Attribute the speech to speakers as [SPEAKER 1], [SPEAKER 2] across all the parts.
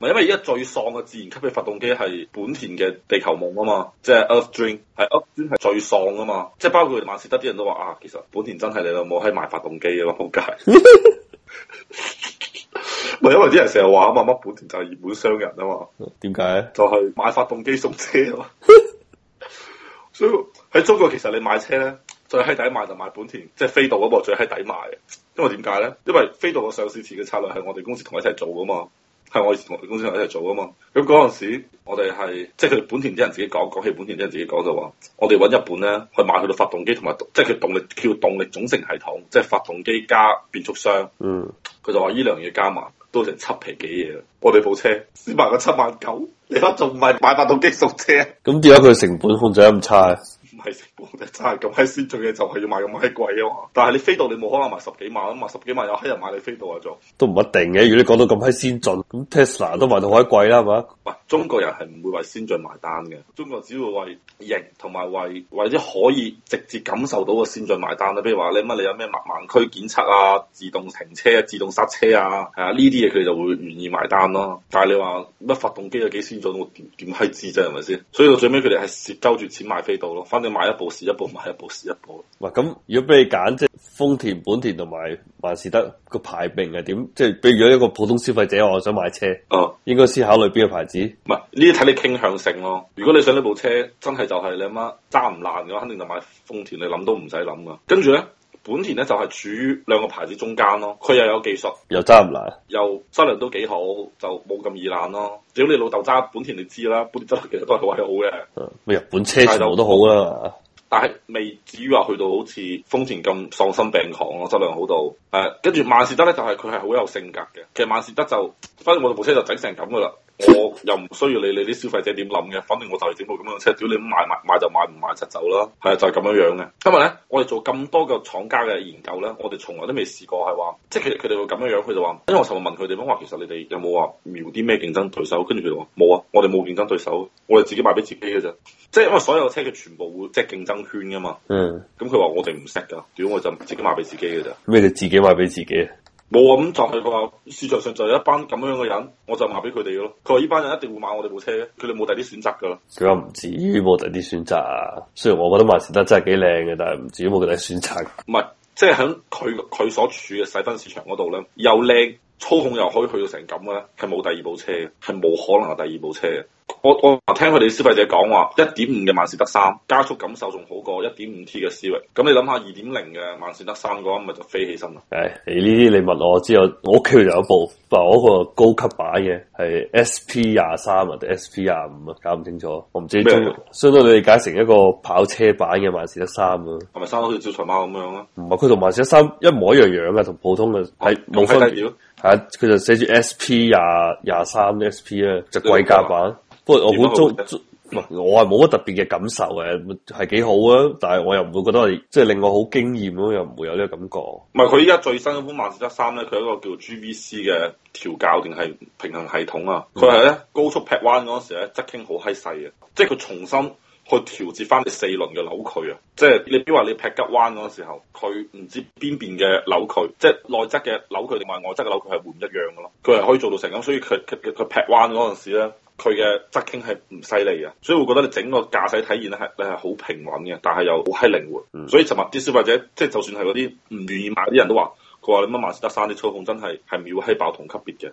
[SPEAKER 1] 係因為而家最喪嘅自然吸氣發動機係本田嘅地球夢啊嘛，即係 Earth Dream，係 Earth Dream 係最喪啊嘛，即係包括萬事得啲人都話啊，其實本田真係你老母喺賣發動機啊嘛，仆街。唔係因為啲人成日話啊嘛，乜本田就係熱門商人啊嘛，
[SPEAKER 2] 點解？
[SPEAKER 1] 就係買發動機送車啊嘛。所以喺中國其實你買車咧，最閪抵買就買本田，即係飛度嗰部最閪抵買嘅。因為點解咧？因為飛度嘅上市前嘅策略係我哋公司同佢一齊做噶嘛，係我以前同我哋公司同佢一齊做噶嘛。咁嗰陣時我哋係即係佢哋本田啲人自己講，講起本田啲人自己講就話，我哋揾日本咧去買佢嘅發動機同埋即係佢動力叫動力總成系統，即係發動機加變速箱。
[SPEAKER 2] 嗯，
[SPEAKER 1] 佢就話呢兩嘢加埋都成七皮幾嘢啦。我哋部車先賣個七萬九，你話仲唔係買發動機送車？
[SPEAKER 2] 咁點解佢成本控制得咁差？
[SPEAKER 1] 唔係成本就真係咁閪先進嘅，就係要買咁閪貴啊嘛。但係你飛度你冇可能賣十幾萬啊嘛，十幾萬有閪人買你飛度啊仲。
[SPEAKER 2] 都唔一定嘅。如果你講到咁閪先進，咁 Tesla 都賣到好閪貴啦，係嘛？
[SPEAKER 1] 喂，中國人係唔會為先進埋單嘅，中國只會為型同埋為為啲可以直接感受到嘅先進埋單啦。譬如話你乜你有咩盲盲區檢測啊、自動停車啊、自動剎車啊，係啊呢啲嘢佢就會願意埋單咯。但係你話乜發動機有幾先進，我點點閪知啫係咪先？所以到最尾佢哋係蝕鳩住錢買飛度咯，反正買一部是一部，買一部是一部。
[SPEAKER 2] 喂，咁如果俾你揀，即係豐田、本田同埋萬事得個排名係點？即係，比如果一個普通消費者，我想買車，
[SPEAKER 1] 啊！
[SPEAKER 2] 應該先考慮邊個牌子？
[SPEAKER 1] 唔係呢啲睇你傾向性咯。如果你想呢部車真係就係你阿媽揸唔爛嘅話，肯定就買豐田，你諗都唔使諗噶。跟住咧，本田咧就係、處於兩個牌子中間咯。佢又有技術，
[SPEAKER 2] 又揸唔難，
[SPEAKER 1] 又質量都幾好，就冇咁易爛咯。只要你老豆揸本田，你知啦，本田質量其實都係好閪好嘅。
[SPEAKER 2] 嗯咪日本車全部都好啦。
[SPEAKER 1] 但係未至於話去到好似豐田咁喪心病狂咯，質量好到誒。跟住萬事得咧，就係佢係好有性格嘅。其實萬事得就，反正我部車就整成咁噶啦。我又唔需要你你啲消費者點諗嘅，反正我就係整部咁樣嘅車，屌你買買買就買，唔買就走啦。係啊，就係、咁樣樣嘅。因為咧，我哋做咁多個廠家嘅研究咧，我哋從來都未試過係話，即係佢佢哋會咁樣樣，佢就話，因為我尋日問佢哋，我話其實你哋有冇話瞄啲咩競爭對手？跟住佢哋話冇啊，我哋冇競爭對手，我哋自己賣俾自己嘅啫。即係因為所有嘅車佢全部會即係競爭圈噶嘛，
[SPEAKER 2] 嗯，
[SPEAKER 1] 咁佢話我哋唔識噶，屌我就自己賣俾自己嘅咋，
[SPEAKER 2] 咩叫自己買俾自己？
[SPEAKER 1] 冇啊咁就係佢話市場上就有一班咁樣嘅人，我就賣俾佢哋嘅咯。佢話呢班人一定會買我哋部車嘅，佢哋冇第啲選擇噶啦。
[SPEAKER 2] 佢話唔至於冇第啲選擇啊。雖然我覺得萬事得真係幾靚嘅，但係唔至於冇第啲選擇。
[SPEAKER 1] 唔係，即係喺佢佢所處嘅細分市場嗰度咧，又靚操控又可以去到成咁嘅咧，係冇第二部車嘅，係冇可能有第二部車嘅。我我聽佢哋消費者講話，一點五嘅萬事得三加速感受仲好過一點五 T 嘅思域。咁你諗下二點零嘅萬事得三嘅話，咪就飛起身啦。
[SPEAKER 2] 唉，你呢啲你問我之後，我屋企就有一部，嗱我嗰個高級版嘅係 S P 廿三或者 S P 廿五啊，搞唔清楚，我唔知
[SPEAKER 1] 咩嚟
[SPEAKER 2] 中相當你理解成一個跑車版嘅萬事得三啊，
[SPEAKER 1] 係咪生得好似招財貓咁樣啊？哦
[SPEAKER 2] 唔係佢同萬事得三一模一樣樣啊嘅，同普通嘅哦係冇分
[SPEAKER 1] 咁低
[SPEAKER 2] 別，
[SPEAKER 1] 調，
[SPEAKER 2] 係啊佢就寫住 S P 廿廿三 S P 啊，就貴價版，不過我估中
[SPEAKER 1] 點解會。
[SPEAKER 2] 中唔係我係冇乜特別嘅感受嘅，係幾好啊！但係我又唔會覺得係即係令我好驚豔咯，又唔會有呢個感覺。
[SPEAKER 1] 唔係佢依家最新嗰款萬事得三咧，佢有一個叫 GVC 嘅調校定係平衡系統啊，
[SPEAKER 2] 嗯
[SPEAKER 1] 佢係咧高速劈彎嗰陣時咧側傾好閪細嘅，啊即係佢重新去調節翻你四輪嘅扭距啊，即係你比如話你劈急彎嗰陣時候，佢唔知邊邊嘅扭距，即係內側嘅扭距定係外側嘅扭距係會唔一樣嘅咯，佢係可以做到成咁，所以佢佢佢佢劈彎嗰陣時咧。佢嘅側傾係唔犀利嘅，所以會覺得你整個駕駛體驗咧係你係好平穩嘅，但係又好閪靈活。所以尋日啲消費者即係就算係嗰啲唔願意買啲人都話，佢話你乜萬事得三啲操控真係係秒閪爆同級別嘅。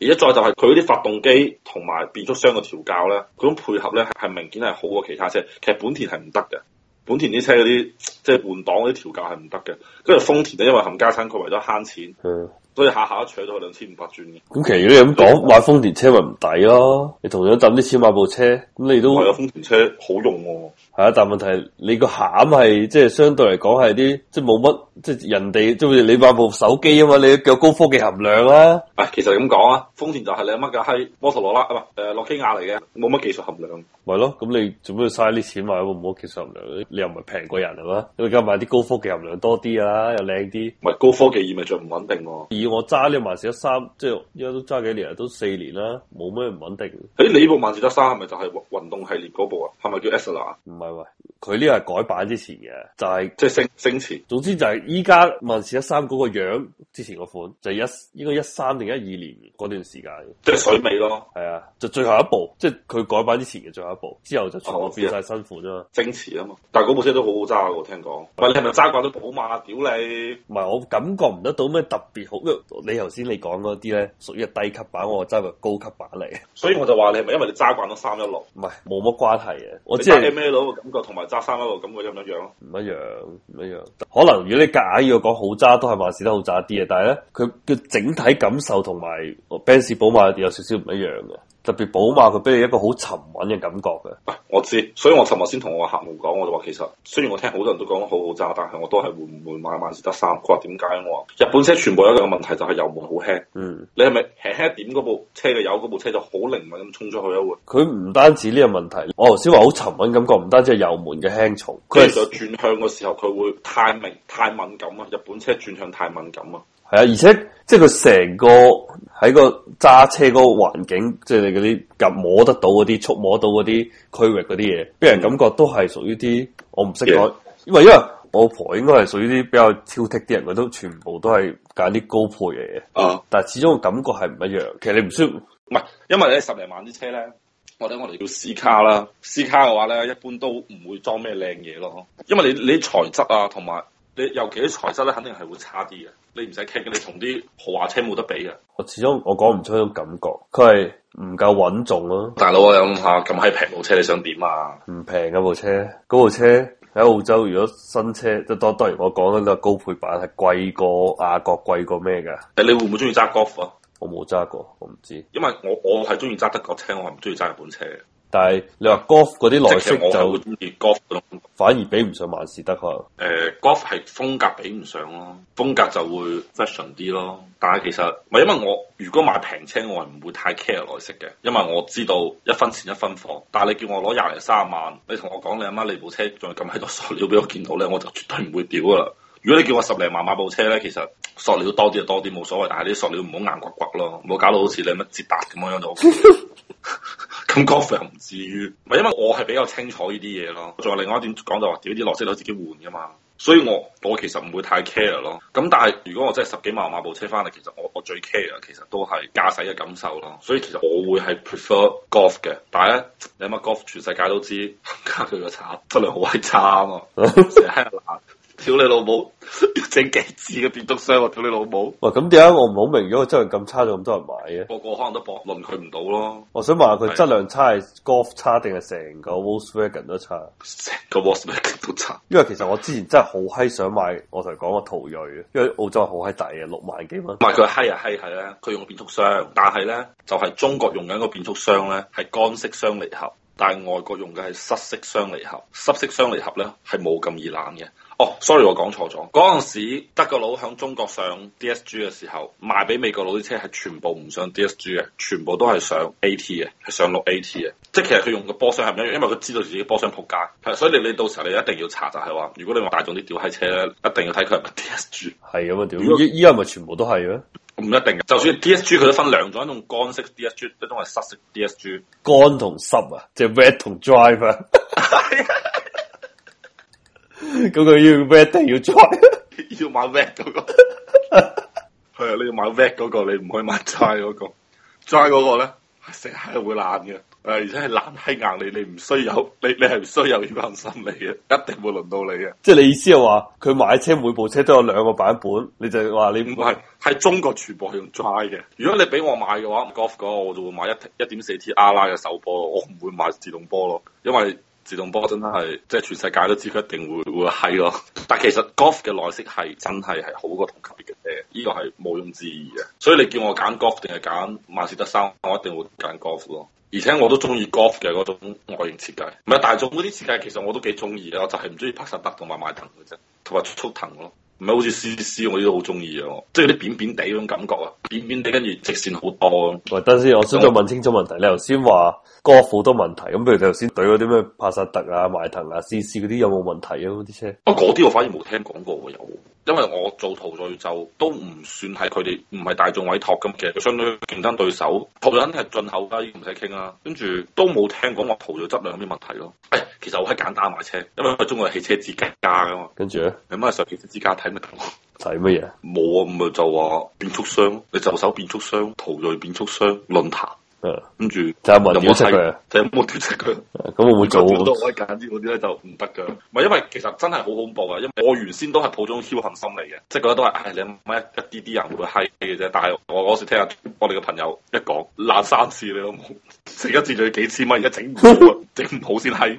[SPEAKER 1] 而一再就係佢嗰啲發動機同埋變速箱嘅調校咧，嗰種配合咧係明顯係好過其他車。其實本田係唔得嘅，本田啲車嗰啲即係換擋嗰啲調校係唔得嘅。跟住豐田咧，因為冚家產佢為咗慳錢，
[SPEAKER 2] 嗯。
[SPEAKER 1] 所以下下都扯到去兩千五百轉嘅。
[SPEAKER 2] 咁其實如果你咁講，買豐田車咪唔抵咯？你同樣抌啲錢買部車，咁你都
[SPEAKER 1] 我有
[SPEAKER 2] 係
[SPEAKER 1] 啊豐田車好用喎、
[SPEAKER 2] 啊，但問題係你個餡係即係相對嚟講係啲即係冇乜，即係人哋即係好似你買部手機啊嘛，你有高科技含量啦、
[SPEAKER 1] 啊，其實咁講啊，豐田就係你乜嘅閪摩托羅拉啊，唔係誒諾基亞嚟嘅，冇乜技術含量。
[SPEAKER 2] 咪咯，咁你做咩要嘥啲錢買部冇技術含量？你又唔係平過人係嘛？你而家買啲高科技含量多啲㗎啦，又靚啲。
[SPEAKER 1] 唔係高科技意味著唔穩定喎、
[SPEAKER 2] 以我揸呢個萬事一三，即係依家都揸幾年啊，都四年啦，冇咩唔穩定。
[SPEAKER 1] 誒、你呢部萬事得三係咪就係運動系列嗰部啊？係咪叫 S 啦？
[SPEAKER 2] 唔係喂，佢呢個係改版之前嘅，就係、
[SPEAKER 1] 即係升升前。
[SPEAKER 2] 總之就係依家萬事一三嗰個樣之前個款，就係一應該一三定一二年嗰段時間，
[SPEAKER 1] 即係水尾咯，
[SPEAKER 2] 係啊，就最後一步，即係佢改版之前嘅最後一步，之後就全部
[SPEAKER 1] 哦
[SPEAKER 2] 變晒新款啊嘛。
[SPEAKER 1] 蒸池啊嘛。但係嗰部車都好好揸喎，聽講。喂，你係咪揸慣咗寶馬？屌你！
[SPEAKER 2] 唔係我感覺唔得到咩特別好，因為你頭先你講嗰啲咧屬於係低級版，我揸個高級版嚟，
[SPEAKER 1] 所以我就話你係咪因為你揸慣咗三一六，
[SPEAKER 2] 唔係冇乜關係嘅。我
[SPEAKER 1] 你
[SPEAKER 2] 只
[SPEAKER 1] 揸
[SPEAKER 2] 係
[SPEAKER 1] M A 佬嘅感覺同埋揸三一六感覺一唔一樣咯？
[SPEAKER 2] 唔一樣，唔一樣。可能如果你夾硬要講好揸，都係萬事得好揸啲嘅。但係咧，佢嘅整體感受同埋哦 Benz 寶馬有少少唔一樣嘅。特別寶馬佢俾你一個好沉穩嘅感覺嘅。
[SPEAKER 1] 喂，啊我知，所以我尋日先同我客戶講，我就話其實雖然我聽好多人都講得好好揸，但係我都係會唔會買萬事得三。佢話點解？我話日本車全部有一個問題就係油門好輕，
[SPEAKER 2] 嗯，
[SPEAKER 1] 你係咪輕輕一點嗰部車嘅油，嗰部車就好靈敏咁衝出去啊會？
[SPEAKER 2] 佢唔單止呢個問題，我頭先話好沉穩感覺，唔單止係油門嘅輕重，佢
[SPEAKER 1] 跟住就
[SPEAKER 2] 係
[SPEAKER 1] 轉向嘅時候，佢會太明太敏感啊！日本車轉向太敏感啊！
[SPEAKER 2] 係啊，而且即係佢成個喺個揸車嗰個環境，即係你嗰啲夾摸得到嗰啲、觸摸到嗰啲區域嗰啲嘢，俾人感覺都係屬於啲我唔識講
[SPEAKER 1] Yeah.，
[SPEAKER 2] 因為因為我婆應該係屬於啲比較挑剔啲人，佢都全部都係揀啲高配嘅嘢，
[SPEAKER 1] 啊！
[SPEAKER 2] 但係始終個感覺係唔一樣。其實你唔需要，
[SPEAKER 1] 唔係，因為咧十零萬啲車咧，我哋我哋叫私卡啦，私卡嘅話咧，一般都唔會裝咩靚嘢咯，因為你你啲材質啊，同埋你尤其啲材質咧，肯定係會差啲嘅，你唔使傾嘅，你同啲豪華車冇得比嘅。
[SPEAKER 2] 我始終我講唔出嗰種感覺，佢係唔夠穩重咯。
[SPEAKER 1] 大佬啊，諗下咁閪平部車，你想點啊？
[SPEAKER 2] 唔平嗰部車，嗰部車喺澳洲如果新車，即係當當然我講緊個高配版係貴過亞國貴過咩㗎？
[SPEAKER 1] 誒，你會唔會中意揸 Golf 啊？
[SPEAKER 2] 我冇揸過，我唔知。
[SPEAKER 1] 因為我我係中意揸德國車，我係唔中意揸日本車嘅。
[SPEAKER 2] 但係你話 Golf 嗰啲
[SPEAKER 1] 即
[SPEAKER 2] 內
[SPEAKER 1] 係其實
[SPEAKER 2] 飾
[SPEAKER 1] 我係會
[SPEAKER 2] 就
[SPEAKER 1] 中意 Golf 嗰種。
[SPEAKER 2] 反而比唔上萬事得可能。
[SPEAKER 1] 誒呃 golf 係風格比唔上咯，風格就會 fashion 啲咯。但係其實唔係因為我如果買平車，我係唔會太 care 內飾嘅，因為我知道一分錢一分貨。但係你叫我攞廿零三十萬，你同我講你阿媽你部車仲有咁喺度塑料俾我見到咧，我就絕對唔會屌噶啦。如果你叫我十零萬買部車咧，其實塑料多啲就多啲冇所謂，但係啲塑料唔好硬骨骨咯，唔好搞到好似你乜捷達咁樣樣就 OK。咁 golf 又唔至於，唔係因為我係比較清楚呢啲嘢咯。仲有另外一點講就話，屌啲內飾都自己換噶嘛，所以我我其實唔會太 care 咯。咁但係如果我真係十幾萬買部車翻嚟，其實我我最 care 其實都係駕駛嘅感受咯。所以其實我會係 prefer golf 嘅，但係咧你諗下 golf 全世界都知， 加佢個差質量好閪差啊嘛，成日喺度爛。屌你老母！要整幾支嘅電動箱，我屌你老母！
[SPEAKER 2] 喂，咁點解我唔好明？如果佢質量咁差，仲有咁多人買嘅？
[SPEAKER 1] 個個可能都駁論佢唔到咯，
[SPEAKER 2] 我想問下佢質量差係 Golf 差定係成個 Volkswagen 都差？
[SPEAKER 1] 成個 w a t s a 都差。
[SPEAKER 2] 因為其實我之前真係好閪想買，我同你講個途銳，因為澳洲係好閪抵嘅，六萬幾蚊
[SPEAKER 1] 唔。係佢閪啊閪係咧，佢用個變速箱，但係咧就係、中國用緊個變速箱咧係乾式雙離合，但係外國用嘅係濕式雙離合。濕式雙離合咧係冇咁易爛嘅。哦，sorry 我講錯咗，嗰陣時德國佬響中國上 DSG 嘅時候，賣俾美國佬啲車係全部唔上 DSG 嘅，全部都係上 AT 嘅，係上六 AT 嘅。即係其實佢用嘅波箱係唔一樣，因為佢知道自己波箱仆街，係所以你你到時候你一定要查就係話，如果你話大眾啲屌閪車咧，一定要睇佢係咪 DSG。
[SPEAKER 2] 係咁啊！屌，
[SPEAKER 1] 如果
[SPEAKER 2] 依依家咪全部都係嘅。
[SPEAKER 1] 唔一定嘅，就算 DSG 佢都分兩種，一種乾式 DSG，一種係濕式 DSG。
[SPEAKER 2] 乾同濕啊，即係 wet 同 dry 啊。咁佢要 wet 定要 dry？啊
[SPEAKER 1] 要買 wet 嗰、個， 係啊，你要買 wet 嗰、個，你唔可以買 dry 嗰、個。dry 嗰個咧，成日係會爛嘅，誒，而且係爛閪硬你，你唔需有，你你係唔需有呢份心理嘅，一定會輪到你嘅。
[SPEAKER 2] 即係你意思係話佢買車每部車都有兩個版本，你就話你
[SPEAKER 1] 唔係，喺中國全部係用 dry 嘅。如果你俾我買嘅話，golf 嗰個我就會買一一點四 T R 拉嘅手波咯，我唔會買自動波咯，因為自動波真係即係全世界都知佢一定會會閪咯。但其實 golf 嘅內飾係真係係好過同級別嘅車，呢個係毋庸置疑嘅。所以你叫我揀 golf 定係揀萬事得三，我一定會揀 golf 咯。而且我都中意 golf 嘅嗰種外形設計，唔係大眾嗰啲設計其實我都幾中意嘅，我就係唔中意帕薩特同埋邁騰嘅啫，同埋速騰咯。唔係好似 C C 我呢都好中意啊，我即係啲扁扁地嗰種感覺啊，扁扁地跟住直線好多啊
[SPEAKER 2] 喂，等先，我想再問清楚問題。你頭先話 Golf 好多問題，咁譬如你頭先對嗰啲咩帕薩特啊、邁騰啊、CC 嗰啲有冇問題啊？嗰啲車
[SPEAKER 1] 不過哦嗰啲我反而冇聽講過喎，有，因為我做陶醉就都唔算係佢哋唔係大眾委託咁，其實佢相對競爭對手，陶醉肯定係進口啦，呢個唔使傾啦，跟住都冇聽講話陶醉質量有咩問題咯。誒、哎其實好閪簡單買車，因為佢中國係汽車之家噶嘛。
[SPEAKER 2] 跟住咧
[SPEAKER 1] 你乜上汽車之家睇咪得咯？
[SPEAKER 2] 睇乜嘢？
[SPEAKER 1] 冇啊，咪就話變速箱咯，你就手變速箱、途锐變速箱論壇，
[SPEAKER 2] 嗯，
[SPEAKER 1] 跟住
[SPEAKER 2] 就有冇人屌柒佢啊
[SPEAKER 1] 就有冇人屌柒佢。
[SPEAKER 2] 咁會唔會做？
[SPEAKER 1] 都可以揀啲嗰啲咧就唔得噶，唔係因為其實真係好恐怖啊！因為我原先都係抱種僥倖心理嘅，即係覺得都係唉你乜一啲啲人會閪嘅啫。但係我嗰時聽下我哋嘅朋友一講爛三次你都冇， 食一次就要幾千蚊，而家整唔好啊，整唔好先閪。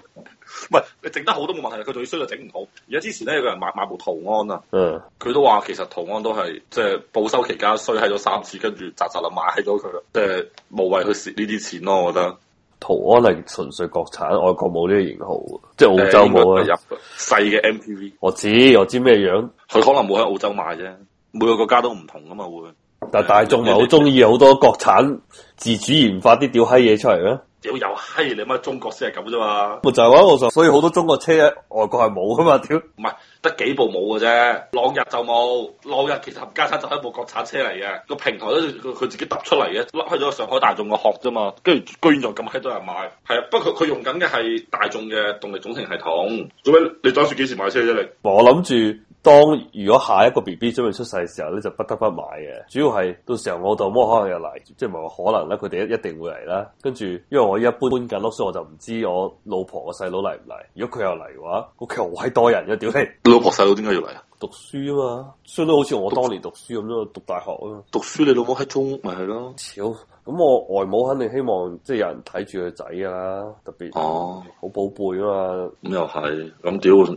[SPEAKER 1] 唔係你整得好都冇問題，佢仲要衰到整唔好。而家之前咧有個人買買部途安啊，
[SPEAKER 2] 嗯，
[SPEAKER 1] 佢都話其實途安都係即係報修期間衰喺咗三次，跟住扎扎林買咗佢啦，即係無謂去蝕呢啲錢咯，我覺得。
[SPEAKER 2] 途安係純粹國產，外國冇呢個型號喎，即係澳洲冇啊。
[SPEAKER 1] 入細嘅 MPV。
[SPEAKER 2] 我知我知咩樣，
[SPEAKER 1] 佢可能冇喺澳洲買啫，每個國家都唔同噶嘛會。
[SPEAKER 2] 但係大眾咪好中意好多國產自主研發啲屌閪嘢出嚟咩？
[SPEAKER 1] 屌又閪你媽中國先係咁啫嘛，
[SPEAKER 2] 咪就係話我就，所以好多中國車喺外國係冇噶嘛，屌！
[SPEAKER 1] 唔係得幾部冇嘅啫，朗日就冇，朗日其實家產就係一部國產車嚟嘅，個平台都佢佢自己揼出嚟嘅，甩開咗上海大眾嘅殼啫嘛，跟住居然仲咁閪多人買，係啊，不過佢用緊嘅係大眾嘅動力總成系統，做咩你打算幾時買車啫你？
[SPEAKER 2] 我諗住，當如果下一個 B B 準備出世嘅時候咧，就不得不買嘅。主要係到時候我老母可能又嚟，即係唔係話可能咧，佢哋一一定會嚟啦。跟住，因為我依家搬搬緊屋，所以我就唔知我老婆個細佬嚟唔嚟。如果佢又嚟嘅話，屋企好閪多人嘅，屌你！
[SPEAKER 1] 你老婆細佬點解要嚟啊？
[SPEAKER 2] 讀書啊嘛，相當好似我當年讀書咁咯，讀大學啊嘛。
[SPEAKER 1] 讀書你老母喺中咪係咯？
[SPEAKER 2] 屌，咁我外母肯定希望即係有人睇住佢仔㗎啦，特別
[SPEAKER 1] 哦，
[SPEAKER 2] 好寶貝啊嘛。
[SPEAKER 1] 咁又係，咁屌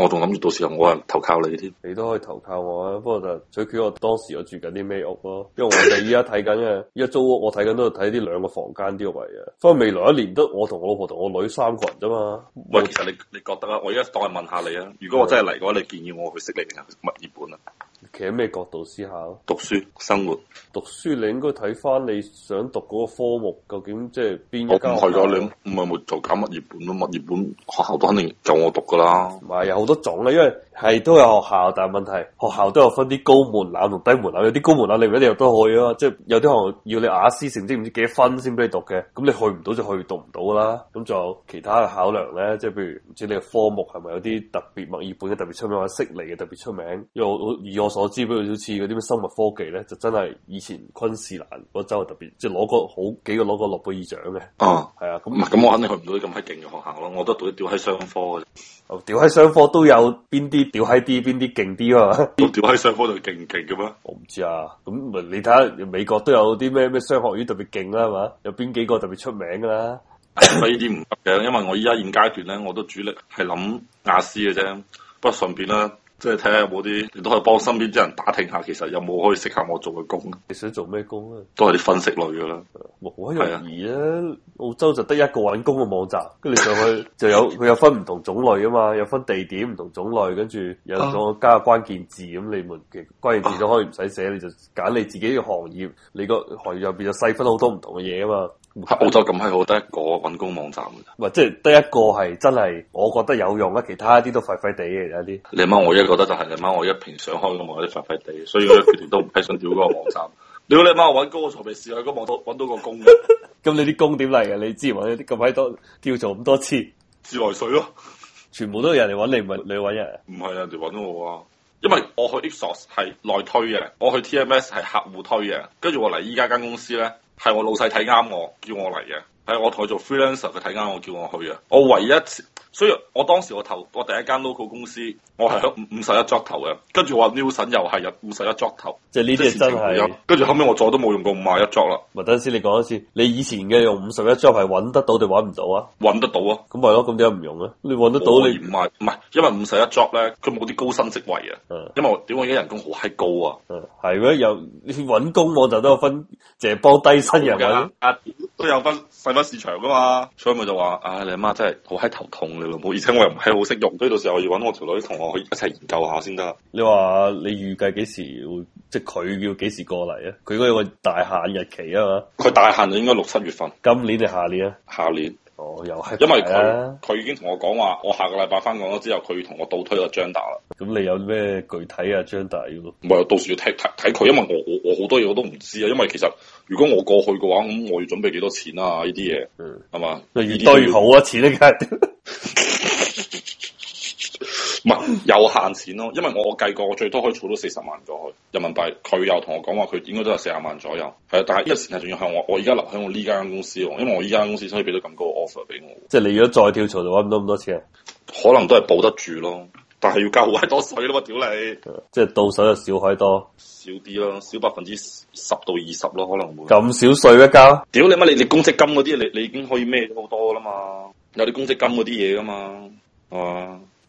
[SPEAKER 1] 我仲諗住到時候我係投靠你添。
[SPEAKER 2] 你都可以投靠我啊，不過就取決我當時我住緊啲咩屋咯。因為我哋依家睇緊嘅，依家租屋我睇緊都係睇啲兩個房間啲屋嚟嘅。不過未來一年都我同我老婆同我女三個人啫嘛。
[SPEAKER 1] 喂，其實你你覺得啊？我而家當係問下你啊。如果我真係嚟嘅話，你建議我去悉尼定係去墨爾本啊？
[SPEAKER 2] 企喺咩角度思考？
[SPEAKER 1] 讀書生活，
[SPEAKER 2] 讀書你應該睇翻你想讀嗰個科目，究竟即係邊
[SPEAKER 1] 我
[SPEAKER 2] 一
[SPEAKER 1] 唔
[SPEAKER 2] 間
[SPEAKER 1] 去
[SPEAKER 2] 學校
[SPEAKER 1] 咗你，唔係冇就搞墨爾本咯。墨爾本學校都肯定就我讀噶啦。
[SPEAKER 2] 唔係有好多種啦，因為係都有學校，但係問題學校都有分啲高門檻同低門檻，有啲高門檻你唔一定入得去啊，即係有啲學校要你雅思成績唔知幾多分先俾你讀嘅，咁你去唔到就去讀唔到啦。咁仲有其他嘅考量咧，即係譬如唔知你嘅科目係咪有啲特別墨爾本嘅特別出名，或者悉尼嘅特別出名？因為我我以我所知，比如好似嗰啲咩生物科技咧，就真係以前昆士蘭嗰州係特別，即係攞過好幾個攞過諾貝爾獎嘅，
[SPEAKER 1] 啊，
[SPEAKER 2] 係啊，咁
[SPEAKER 1] 唔。係咁，我肯定去唔到啲咁閪勁嘅學校咯。我都讀啲屌閪商科嘅啫，
[SPEAKER 2] 哦屌喺雙科都有邊啲屌喺啲，邊啲勁啲啊嘛。
[SPEAKER 1] 讀屌閪商科就勁唔勁嘅咩？
[SPEAKER 2] 我唔知啊，咁咪你睇下美國都有啲咩咩商學院特別勁啦，係嘛？有邊幾個特別出名噶啦？
[SPEAKER 1] 所以呢啲唔得嘅，因為我依家現階段咧，我都主力係諗雅思嘅啫。不過順便啦，即係睇下有冇啲，你都可以幫身邊啲人打聽下，其實有冇可以適合我做嘅工，
[SPEAKER 2] 你想做咩工啊？
[SPEAKER 1] 都係啲分析類嘅啦。
[SPEAKER 2] 冇好容易啊！澳洲就得一個揾工嘅網站，跟住你上去 就有佢有分唔同種類啊嘛，有分地點唔同種類，跟住有咗加個關鍵字咁，你們嘅關鍵字都可以唔使寫，你就揀你自己嘅行業，你個行業入邊就細分好多唔同嘅嘢啊嘛。
[SPEAKER 1] 喺澳洲咁閪好，得一個揾工網站嘅啫。
[SPEAKER 2] 唔係即係得一個係真係，我覺得有用啊啦，其他啲都廢廢地嘅有啲。
[SPEAKER 1] 你媽我而家覺得就係你媽我而家平常開嘅網有啲廢廢地，所以我咧決定都唔係想屌嗰個網站。屌你媽，我揾工我從未試過喺個網度揾到個工嘅，
[SPEAKER 2] 咁你啲工點嚟嘅？你之前揾啲咁閪多，叫做咁多次，
[SPEAKER 1] 自來水咯。
[SPEAKER 2] 全部都係人嚟揾你，唔係你揾人啊。
[SPEAKER 1] 唔係人哋揾我啊，因為我去 Ipsos 係內推嘅，我去 TMS 係客戶推嘅，跟住我嚟依家間公司咧係我老細睇啱我，叫我嚟嘅，係我同佢做 freelancer，佢睇啱我叫我去嘅，我唯一一次。所以我當時我投我第一間 local 公司，我係喺五五十一 job 投嘅，跟住我 Newson 又係入五十一 job 投，
[SPEAKER 2] 即係呢啲
[SPEAKER 1] 即係
[SPEAKER 2] 係真
[SPEAKER 1] 前程無
[SPEAKER 2] 係
[SPEAKER 1] 憂。跟住後尾我再都冇用過五廿一 job 啦，
[SPEAKER 2] 咪等陣先，你講一次，你以前嘅用五十一張係揾得到定揾唔到啊？
[SPEAKER 1] 揾得到啊！
[SPEAKER 2] 咁咪咯，咁點解唔用咧？你揾得到
[SPEAKER 1] 我
[SPEAKER 2] 你
[SPEAKER 1] 嫌唔係唔係，因為五十一 job 咧，佢冇啲高薪職位啊
[SPEAKER 2] 嗯，
[SPEAKER 1] 因為我點我而家人工好閪高啊。
[SPEAKER 2] 嗯係咩？又你揾工網站都有分，淨係幫低薪人揾。
[SPEAKER 1] 啊，都有分細分市場噶嘛，所以咪就話，唉、你阿媽真係好閪頭痛你老母，而且我又唔係好識用，所以到時候我要揾我條女同我去一齊研究下先得。
[SPEAKER 2] 你話你預計幾時會？即係佢要幾時過嚟啊？佢嗰個大限日期啊嘛，
[SPEAKER 1] 佢大限就應該六七月份，
[SPEAKER 2] 今年定下年啊？
[SPEAKER 1] 下年，
[SPEAKER 2] 哦，又係
[SPEAKER 1] 因為
[SPEAKER 2] 排啊
[SPEAKER 1] 佢佢已經同我講話，我下個禮拜翻港咗之後，佢要同我倒推個張達啦。
[SPEAKER 2] 咁你有咩具體啊？張大要
[SPEAKER 1] 唔係，到時要睇睇睇佢，因為我我我好多嘢我都唔知啊。因為其實如果我過去嘅話，咁我要準備幾多錢啊？呢啲嘢
[SPEAKER 2] 嗯，
[SPEAKER 1] 係嘛？
[SPEAKER 2] 越多越好啊！錢咧，梗係
[SPEAKER 1] 有限錢咯，因為我我計過，我最多可以儲到四十萬過去人民幣。佢又同我講話，佢應該都係四十萬左右。係啊，但係呢個前提仲要係我我而家留喺我呢間公司喎，因為我依間公司所以俾到咁高嘅 offer 俾我，
[SPEAKER 2] 即係你如果再跳槽就揾唔到咁多錢啊，
[SPEAKER 1] 可能都係保得住咯。但係要交好閪多税咯，我屌你！
[SPEAKER 2] 即係到手就少開多，
[SPEAKER 1] 少啲咯，少百分之十到二十咯，可能會。
[SPEAKER 2] 咁少税一交，
[SPEAKER 1] 屌你乜？你你公積金嗰啲，你你已經可以孭咗好多啦嘛，有啲公積金嗰啲嘢噶嘛，係嘛？啊